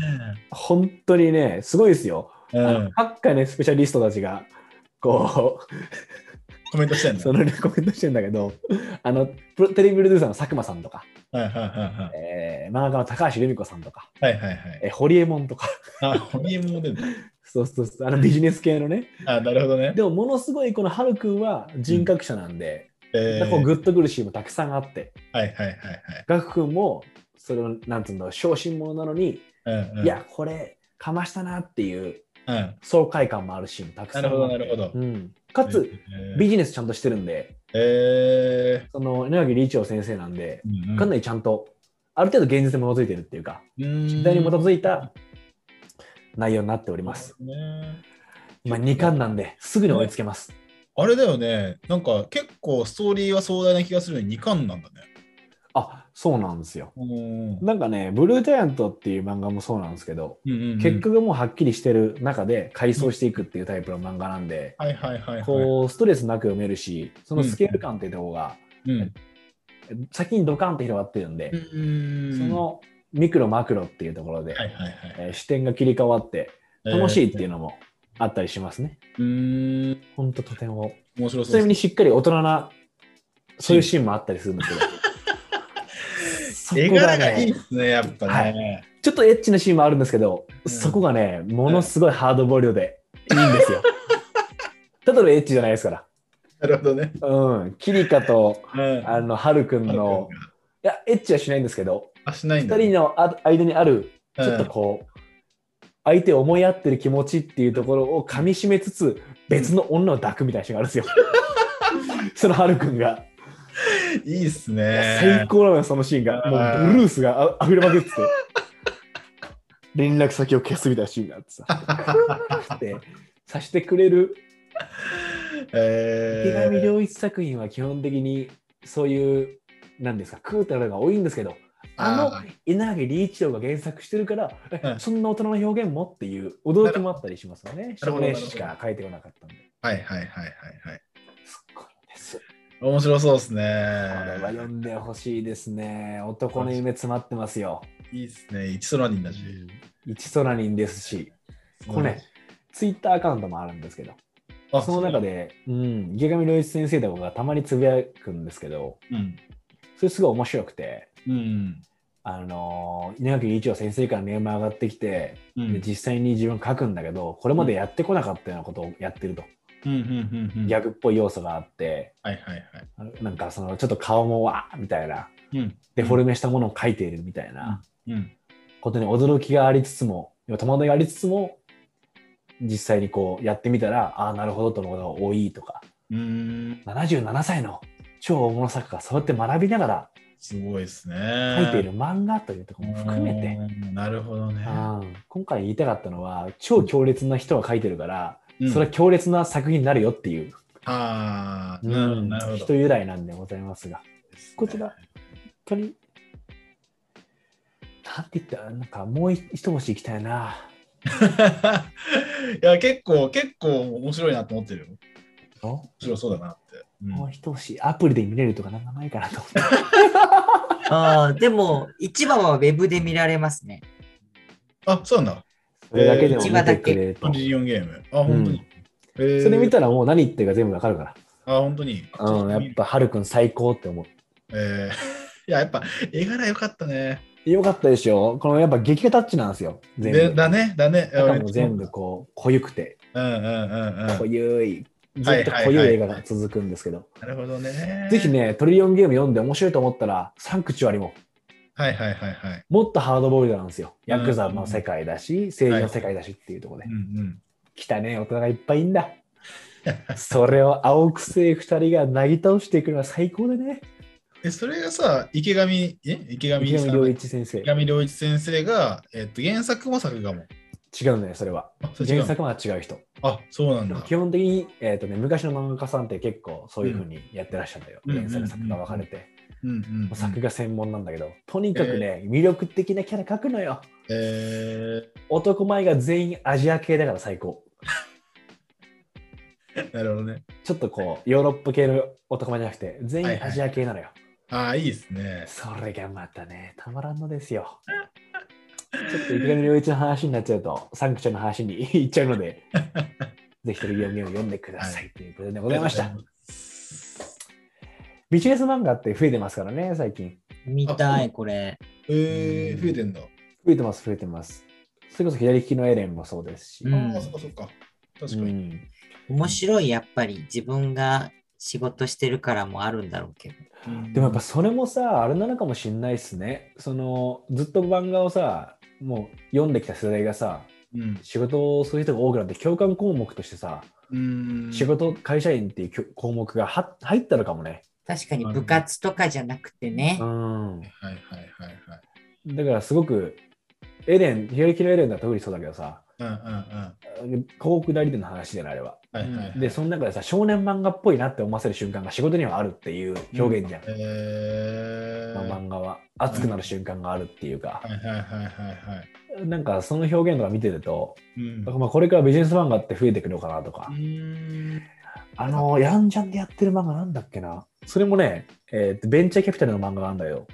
[SPEAKER 3] 本当にね、すごいですよ。
[SPEAKER 2] う
[SPEAKER 3] あの
[SPEAKER 2] ん。
[SPEAKER 3] 各界のスペシャリストたちが、こ
[SPEAKER 2] コメントしてん
[SPEAKER 3] う、
[SPEAKER 2] だ。
[SPEAKER 3] そのレコメントしてんだけど、あの、プロテレビプロデューサーの佐久間さんとか、
[SPEAKER 2] はいはいは
[SPEAKER 3] えー漫画家の高橋留美子さんとか、
[SPEAKER 2] いはい。はいはいはい。
[SPEAKER 3] えー、堀江門とか、
[SPEAKER 2] あ、ホリエモンも出るんだ。
[SPEAKER 3] そうそうそう、あのビジネス系のね、
[SPEAKER 2] あ、なるほどね。
[SPEAKER 3] でもものすごいこのハルくんは人格者なんで、
[SPEAKER 2] えー
[SPEAKER 3] こうグッとくるシーンもたくさんあって、
[SPEAKER 2] はいはいはい
[SPEAKER 3] ガクくんもそれをなんつうんだろう、小心者なのに、
[SPEAKER 2] はい。うんうん
[SPEAKER 3] いや、これかましたなっていう
[SPEAKER 2] うん。
[SPEAKER 3] 爽快感もあるシーンもたくさ
[SPEAKER 2] なん
[SPEAKER 3] あ
[SPEAKER 2] る
[SPEAKER 3] って
[SPEAKER 2] ほどなるほど。
[SPEAKER 3] うん、かつ、
[SPEAKER 2] えー
[SPEAKER 3] ビジネスちゃんとしてるんで、
[SPEAKER 2] え
[SPEAKER 3] その稲垣理事長先生なんで、
[SPEAKER 2] ー、
[SPEAKER 3] かなりちゃんと、ある程度現実に基づいてるっていうか、
[SPEAKER 2] 時
[SPEAKER 3] 時代に基づいた内容になっております。。
[SPEAKER 2] ね
[SPEAKER 3] 今2巻なんですぐに追いつけます。
[SPEAKER 2] あれだよね、なんか結構ストーリーは壮大な気がするのに2巻なんだね。
[SPEAKER 3] あそうなんですよ。
[SPEAKER 2] うん
[SPEAKER 3] なんかね、ブルージャイアントっていう漫画もそうなんですけど、
[SPEAKER 2] うん
[SPEAKER 3] 結果がもうはっきりしてる中で回想していくっていうタイプの漫画なんで、
[SPEAKER 2] はいはいはいはい。
[SPEAKER 3] こうストレスなく読めるし、そのスケール感っていうとこが
[SPEAKER 2] うん
[SPEAKER 3] 先にドカンと広がってるんで、そのミクロマクロっていうところで、
[SPEAKER 2] はいはいはい
[SPEAKER 3] えー視点が切り替わって楽しいっていうのもあったりしますね。
[SPEAKER 2] えーうーん
[SPEAKER 3] ほんととても。
[SPEAKER 2] 面白そう
[SPEAKER 3] ちなみにしっかり大人なそういうシーンもあったりするんです け
[SPEAKER 2] 絵
[SPEAKER 3] ど。そこ
[SPEAKER 2] 柄
[SPEAKER 3] が
[SPEAKER 2] がいい
[SPEAKER 3] ね、
[SPEAKER 2] ですね、やっぱね。
[SPEAKER 3] ちょっとエッチなシーンもあるんですけど、
[SPEAKER 2] うん
[SPEAKER 3] そこがね、ものすごいハードボイルドでいいんで すよ。ただのエッチじゃないですから。
[SPEAKER 2] なるほどね。
[SPEAKER 3] うん、キリカと
[SPEAKER 2] うん
[SPEAKER 3] あのハルくんの、いや、エッチはしないんですけど、
[SPEAKER 2] あ、しないん
[SPEAKER 3] 2
[SPEAKER 2] だね。
[SPEAKER 3] 人のあ間にある、ち
[SPEAKER 2] うん
[SPEAKER 3] ょっとこう、相手を思い合ってる気持ちっていうところをかみしめつつ、別の女を抱くみたいなシーンがあるんで すよ。そのハルくんが。
[SPEAKER 2] いいっす
[SPEAKER 3] いや
[SPEAKER 2] ね。
[SPEAKER 3] 最高なのよ、そのシーンが。
[SPEAKER 2] あー
[SPEAKER 3] もうブルースがあ溢れ まくってて。連絡先を消すみたいなシーンがあってさ。で、さしてくれる池
[SPEAKER 2] え
[SPEAKER 3] 上良一作品は基本的にそういう、なんですか、クータルが多いんですけど、あの稲垣理一郎が原作してるから、え
[SPEAKER 2] うん
[SPEAKER 3] そんな大人の表現もっていう驚きもあったりしますよね。
[SPEAKER 2] なる
[SPEAKER 3] 少
[SPEAKER 2] ほど
[SPEAKER 3] 年誌しか書いてこなかったんで。
[SPEAKER 2] はいはいはいはいはい。
[SPEAKER 3] すっごいです。こ
[SPEAKER 2] 面白そうですね。
[SPEAKER 3] れは読んでほしいですね。男の夢詰まってますよ。
[SPEAKER 2] いいっすね。一空人だし。
[SPEAKER 3] 一空人ですし、これ、ツイッターアカウントもあるんですけど、
[SPEAKER 2] あ
[SPEAKER 3] その中。で、うん、池上良一先生とかがたまにつぶやくんですけど、
[SPEAKER 2] うん。
[SPEAKER 3] それすごい面白くて、
[SPEAKER 2] うん。
[SPEAKER 3] あのー稲垣理一郎先生からネーム上がってきて、
[SPEAKER 2] うん。うん
[SPEAKER 3] で実際に自分書くんだけどこれまでやってこなかったようなことをやってると、
[SPEAKER 2] うんうんうん。
[SPEAKER 3] ギャグっぽい要素があって
[SPEAKER 2] はいはいはい。
[SPEAKER 3] あのなんかそのちょっと顔もわーみたいな
[SPEAKER 2] うん。
[SPEAKER 3] デフォルメしたものを書いているみたいな
[SPEAKER 2] うん。
[SPEAKER 3] ことに驚きがありつつも要は戸惑いがありつつも実際にこうやってみたらああなるほどとのことが多いとか
[SPEAKER 2] うん。
[SPEAKER 3] 77歳の超大物作家がそうやって学びながら
[SPEAKER 2] すごいですね。
[SPEAKER 3] 書いている漫画というところも含めて、
[SPEAKER 2] て。なるほどね。
[SPEAKER 3] うん今回言いたかったのは超強烈な人が書いてるから、
[SPEAKER 2] うん
[SPEAKER 3] それは強烈な作品になるよっていう
[SPEAKER 2] ああ、
[SPEAKER 3] う
[SPEAKER 2] なるほど
[SPEAKER 3] ん
[SPEAKER 2] なるほ
[SPEAKER 3] 人
[SPEAKER 2] ど。
[SPEAKER 3] 由来なんでございますが、こちら、本当に、なんて言ったら、なんかもう一文字行きたいな。
[SPEAKER 2] いや、結構、結構面白いなと思ってるよ。面白そうだなって。うん
[SPEAKER 3] もう一文字、アプリで見れるとかなんかないかな と思って。
[SPEAKER 1] あーでも、一話はウェブで見られますね。
[SPEAKER 2] あ、そうなんだ。
[SPEAKER 3] それだけでも見てくれると。
[SPEAKER 2] リオンゲーム。あ、本当に。えー
[SPEAKER 3] それ見たらもう何言ってるか全部わかるか
[SPEAKER 2] あ、本当に。
[SPEAKER 3] ら。うん、やっぱ、はるくん最高って思
[SPEAKER 2] えー、い や、やっぱ、絵柄良かったね。
[SPEAKER 3] う。よかったでしょこのやっぱ劇画タッチなんですよ。全
[SPEAKER 2] で
[SPEAKER 3] 部。
[SPEAKER 2] だね、だね。
[SPEAKER 3] 中も全部こう、濃ゆくて、
[SPEAKER 2] うんうんうんうん。
[SPEAKER 3] 濃ゆい、ずっと濃ゆい映画が続くんですけど。
[SPEAKER 2] なるほどね。
[SPEAKER 3] ぜひ。ね、トリリオンゲーム読んで面白いと思ったら、サンクチュアリも。
[SPEAKER 2] はいはいはいはい。
[SPEAKER 3] もっとハードボイルドなんですよ。ヤクザ
[SPEAKER 2] うんうんう
[SPEAKER 3] の
[SPEAKER 2] ん
[SPEAKER 3] 世界だし、政治の世界だしっていうところ
[SPEAKER 2] う
[SPEAKER 3] で。
[SPEAKER 2] ん
[SPEAKER 3] 汚ねえ大人がいっぱいいんだ。それを青くせえ二人がなぎ倒していくのは最高でね。
[SPEAKER 2] うん。え、それがさ、池上、え池上
[SPEAKER 3] 池
[SPEAKER 2] さ
[SPEAKER 3] 上
[SPEAKER 2] ん
[SPEAKER 3] 良一先生。
[SPEAKER 2] 池上良一先生が、えっと、原作も作画も。
[SPEAKER 3] 違うんだよ、それは。
[SPEAKER 2] あ、それ違う
[SPEAKER 3] 原作は違う人。
[SPEAKER 2] あ、そうなんだ。
[SPEAKER 3] 基本的に、えーとね、昔の漫画家さんって結構そういうふうにやってらっしゃるんだよ。
[SPEAKER 2] うん
[SPEAKER 3] 原作、作画分かれて。
[SPEAKER 2] うんうんうん。
[SPEAKER 3] 作画専門なんだけど、とにかくね、魅力的なキャラ描くのよ。
[SPEAKER 2] え
[SPEAKER 3] 男前が全員アジア系だから最高。
[SPEAKER 2] ー、なるほどね。
[SPEAKER 3] ちょっとこう、ヨーロッパ系の男前じゃなくて、全
[SPEAKER 2] はいは
[SPEAKER 3] 員
[SPEAKER 2] い
[SPEAKER 3] アジア系なのよ。
[SPEAKER 2] あー、いいですね。
[SPEAKER 3] それがまたね、たまらんのですよ。ちょっと池上良一の話になっちゃうと、サンクチュの話に行っちゃうの で、ぜひトリビアムを読んでくださいということでございました。ビジネス漫画って増えてますからね、最近。
[SPEAKER 1] 見たい、これ。
[SPEAKER 2] えー、増えてんだ。
[SPEAKER 3] 増えてます、増えてます。それこそ左利きのエレンもそうですし。
[SPEAKER 1] う
[SPEAKER 3] うんん
[SPEAKER 2] ああ、そっかそっか。確かに。
[SPEAKER 1] 面白い、やっぱり。自分が仕事してるからもあるんだろうけど。
[SPEAKER 3] でもやっぱそれもさ、あれなのかもしんないっすね。その、ずっと漫画をさ、もう読んできた世代がさ、
[SPEAKER 2] うん、
[SPEAKER 3] 仕事をする人が多くなって共感項目としてさ、
[SPEAKER 2] うん、
[SPEAKER 3] 仕事会社員っていうきょ項目がは入ったのかもね。
[SPEAKER 1] 確かに部活とかじゃなくてね
[SPEAKER 3] う。ん、
[SPEAKER 2] はいはいはいはい。
[SPEAKER 3] だからすごくエレン、左利きのエレンだと特にそうだけどさ、
[SPEAKER 2] うんうんうん。
[SPEAKER 3] 広告代理店の話じゃないあれは。
[SPEAKER 2] はいはい。
[SPEAKER 3] で、その中でさ、少年漫画っぽいなって思わせる瞬間が仕事にはあるっていう表現じゃん。
[SPEAKER 2] えー。
[SPEAKER 3] まあ漫画は熱くなる瞬間があるっていうか、
[SPEAKER 2] はいはいはいはいはい。
[SPEAKER 3] なんかその表現とか見てると、
[SPEAKER 2] うん。
[SPEAKER 3] まあ、これからビジネス漫画って増えてくるのかなとか
[SPEAKER 2] う、ーん
[SPEAKER 3] あのヤンジャンでやってる漫画なんだっけなそれもね、えーとベンチャーキャピタルの漫画なんだよ、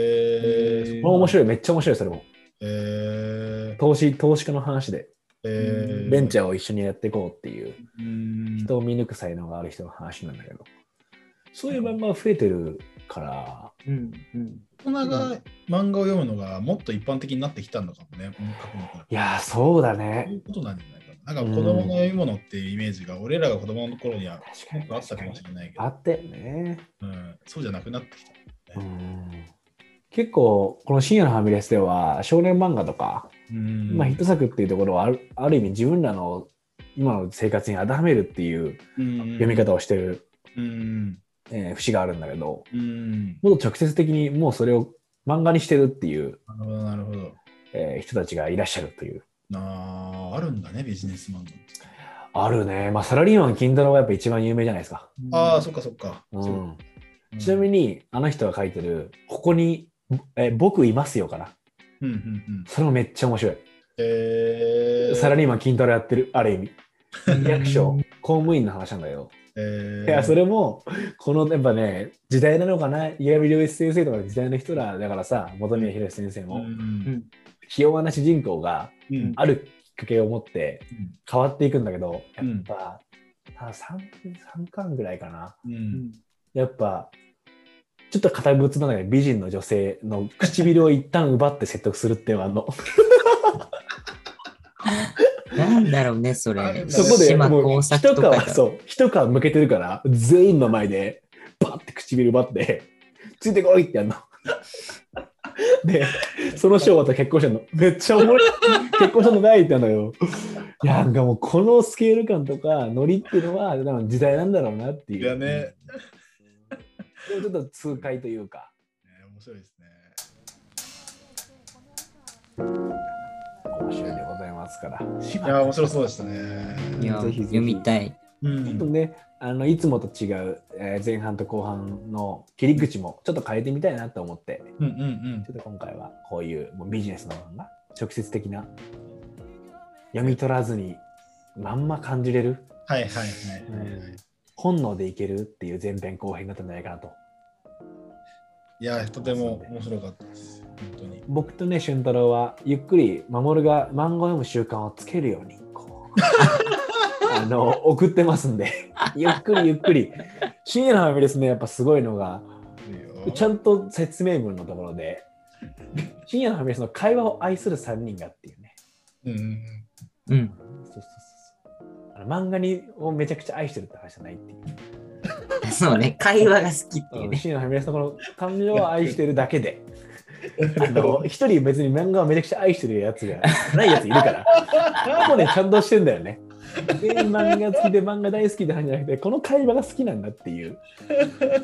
[SPEAKER 2] えー。
[SPEAKER 3] これ面
[SPEAKER 2] い。
[SPEAKER 3] 白いめっちゃ面白いそれも
[SPEAKER 2] えー。
[SPEAKER 3] 投資投資家の話で
[SPEAKER 2] えー。
[SPEAKER 3] ベンチャーを一緒にやっていこうっていう
[SPEAKER 2] うん。
[SPEAKER 3] 人を見抜く才能がある人の話なんだけどそういう漫画が増えてるから
[SPEAKER 1] うんうん。
[SPEAKER 2] 大人が漫画を読むのがもっと一般的になってきたのかもね。この過去の頃
[SPEAKER 3] いやーそうだ
[SPEAKER 2] そうい
[SPEAKER 3] ね
[SPEAKER 2] うことなんじゃないかな。なんか子供の読み物っていうイメージが、俺らが子供の頃には
[SPEAKER 3] 確か
[SPEAKER 2] 結
[SPEAKER 3] に
[SPEAKER 2] 構あっ
[SPEAKER 3] 確
[SPEAKER 2] た
[SPEAKER 3] か
[SPEAKER 2] かもし
[SPEAKER 3] に
[SPEAKER 2] れないけ
[SPEAKER 3] あ
[SPEAKER 2] ど、
[SPEAKER 3] ったよね
[SPEAKER 2] うん、そうじゃなくなってきた。
[SPEAKER 3] うん結構この深夜のファミレスでは少年漫画とか、
[SPEAKER 2] うん
[SPEAKER 3] まあヒット作っていうところはあるある意味自分らの今の生活に当てはめるっていう
[SPEAKER 2] 読
[SPEAKER 3] 読み。方をしてる、
[SPEAKER 2] うん。
[SPEAKER 3] えー節があるんだけど
[SPEAKER 2] うん。
[SPEAKER 3] もっと直接的にもうそれを漫画にしてるっていう、
[SPEAKER 2] なるほど、なるほど。
[SPEAKER 3] えー人たちがいらっしゃるという
[SPEAKER 2] あーあるんだね、ビジネスマンの。
[SPEAKER 3] あるねまあサラリーマン金太郎がやっぱ一番有名じゃないですか、
[SPEAKER 2] ああ、そっかそっか。
[SPEAKER 3] うん、ちなみ
[SPEAKER 2] に、
[SPEAKER 3] にあの人が書いてる「ここに、えー僕いますよ」かな
[SPEAKER 2] うんうんうん、
[SPEAKER 3] それもめっちゃ面白い、
[SPEAKER 2] えー、
[SPEAKER 3] サラリーマン金太郎やってるある意味役所公務員の話なんだよ。
[SPEAKER 2] えー、
[SPEAKER 3] いやそ
[SPEAKER 2] れ、
[SPEAKER 3] れもこのやっぱね時代なのかな岩見良一先生とか時代の人らだからさ本宮宏先生
[SPEAKER 2] う
[SPEAKER 3] も、
[SPEAKER 2] ん
[SPEAKER 3] 器用な主人公が
[SPEAKER 2] うん
[SPEAKER 3] あるきっかけを持って変わっていくんだけどやっぱ、あ 3, 3巻ぐらいかな
[SPEAKER 2] う
[SPEAKER 1] うんん
[SPEAKER 3] やっぱちょっと堅物なんだけど美人の女性の唇を一旦奪って説得するっていうあの
[SPEAKER 1] なんだろうね、そ
[SPEAKER 2] あるん
[SPEAKER 1] れ。
[SPEAKER 2] だ
[SPEAKER 3] そ
[SPEAKER 2] ね
[SPEAKER 3] こで
[SPEAKER 1] 島
[SPEAKER 3] もう
[SPEAKER 1] 工
[SPEAKER 3] 一皮
[SPEAKER 1] 作とかが。
[SPEAKER 3] そう一皮向けてるから全員の前でバッて唇奪ってついてこいってやんの。でその賞は結婚したのめっちゃおもろい結婚したのないってやんだよいやなんかもうこのスケール感とかノリっていうのは多分時代なんだろうなってい
[SPEAKER 2] いうやね、
[SPEAKER 3] でもちょっと痛快というか
[SPEAKER 2] えー面白いですね。
[SPEAKER 3] 面白いでございますから
[SPEAKER 2] いやー、面白そうでしたね。
[SPEAKER 1] いや、
[SPEAKER 3] ぜひぜひ
[SPEAKER 1] 読みたい。
[SPEAKER 2] う
[SPEAKER 3] ちょっと
[SPEAKER 2] ん、
[SPEAKER 3] ね、あのいつもと違う、えー前半と後半の切り口もちょっと変えてみたいなと思って、
[SPEAKER 2] うん、うん、うん
[SPEAKER 3] ちょ。っと今回はこういうもうビジネスの漫画、直接的な、読み取らずにまんま感じれる、
[SPEAKER 2] はい、はい、はいはいはい。
[SPEAKER 3] 本能でいけるっていう前編後編だったんじゃないかなと。
[SPEAKER 2] いやー、とても面白かったです。本当に。
[SPEAKER 3] 僕とね、俊太郎はゆっくり守が漫画を読む習慣をつけるように、こう。あの送ってますんでゆっくりゆっくり深夜のファミレスねやっぱすごいのが
[SPEAKER 2] いいよ
[SPEAKER 3] ちゃんと説明文のところで、深夜のファミレスの会話を愛する3人がっていうね。
[SPEAKER 2] うん、うん
[SPEAKER 1] うん。
[SPEAKER 3] そうそうそうそうあの漫画にをめちゃくちゃ愛してるって話じゃないっていう。
[SPEAKER 1] そうね、会話が好きっていうね。
[SPEAKER 3] 深夜のファミレスのこの感情を愛してるだけで、 あの一人別に漫画をめちゃくちゃ愛してるやつがないやついるから、ここね、ちゃんとしてんだよね。全員漫画好きで漫画大好きって話じゃなくて、この会話が好きなんだっていう。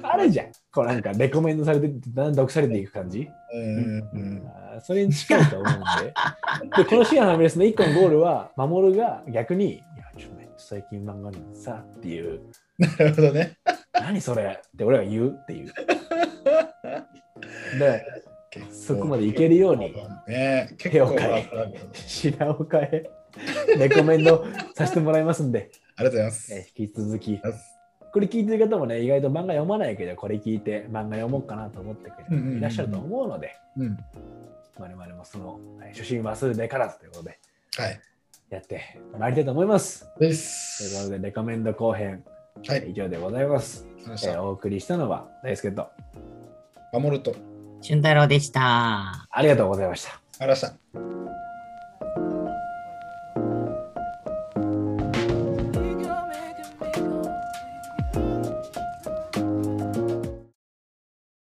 [SPEAKER 3] あるじゃん。こうなんかレコメンドされて、だんだん読されていく感じ。
[SPEAKER 2] うん、うん、うん。
[SPEAKER 3] あーそれに近いと思うんで。で、このシアのファミレスの1個のゴールは、守が逆に、いや、ちょっとめっちゃ最近漫画なんでさっていう、
[SPEAKER 2] なるほどね。
[SPEAKER 3] 何それって俺が言うっていう。で、そこまでいけるように
[SPEAKER 2] ね、結
[SPEAKER 3] 手を
[SPEAKER 2] 構
[SPEAKER 3] 変え
[SPEAKER 2] わからんけど
[SPEAKER 3] 品を変え、レコメンドさせてもらいますんで、
[SPEAKER 2] ありがとうございます。
[SPEAKER 3] え引き続
[SPEAKER 2] あ
[SPEAKER 3] き
[SPEAKER 2] りがとうございます。
[SPEAKER 3] これ聞いてる方もね、意外と漫画読まないけど、これ聞いて漫画読もうかなと思ってくれる人いらっしゃると思うので、
[SPEAKER 2] うん。
[SPEAKER 3] 我々もそのえ初心忘れてからずということで、
[SPEAKER 2] はい。
[SPEAKER 3] やってまいりたいと思います。
[SPEAKER 2] で
[SPEAKER 3] というこ
[SPEAKER 2] す。
[SPEAKER 3] とで、レコメンド後編、
[SPEAKER 2] はい。あり
[SPEAKER 3] 以上でございま
[SPEAKER 2] が
[SPEAKER 3] す。
[SPEAKER 2] とうございまし
[SPEAKER 3] えー
[SPEAKER 2] た。
[SPEAKER 3] お送りしたのは、大輔と、
[SPEAKER 2] 守ると。ありがとう
[SPEAKER 1] 俊太郎でした。
[SPEAKER 3] ありがとうございました。
[SPEAKER 2] ございました。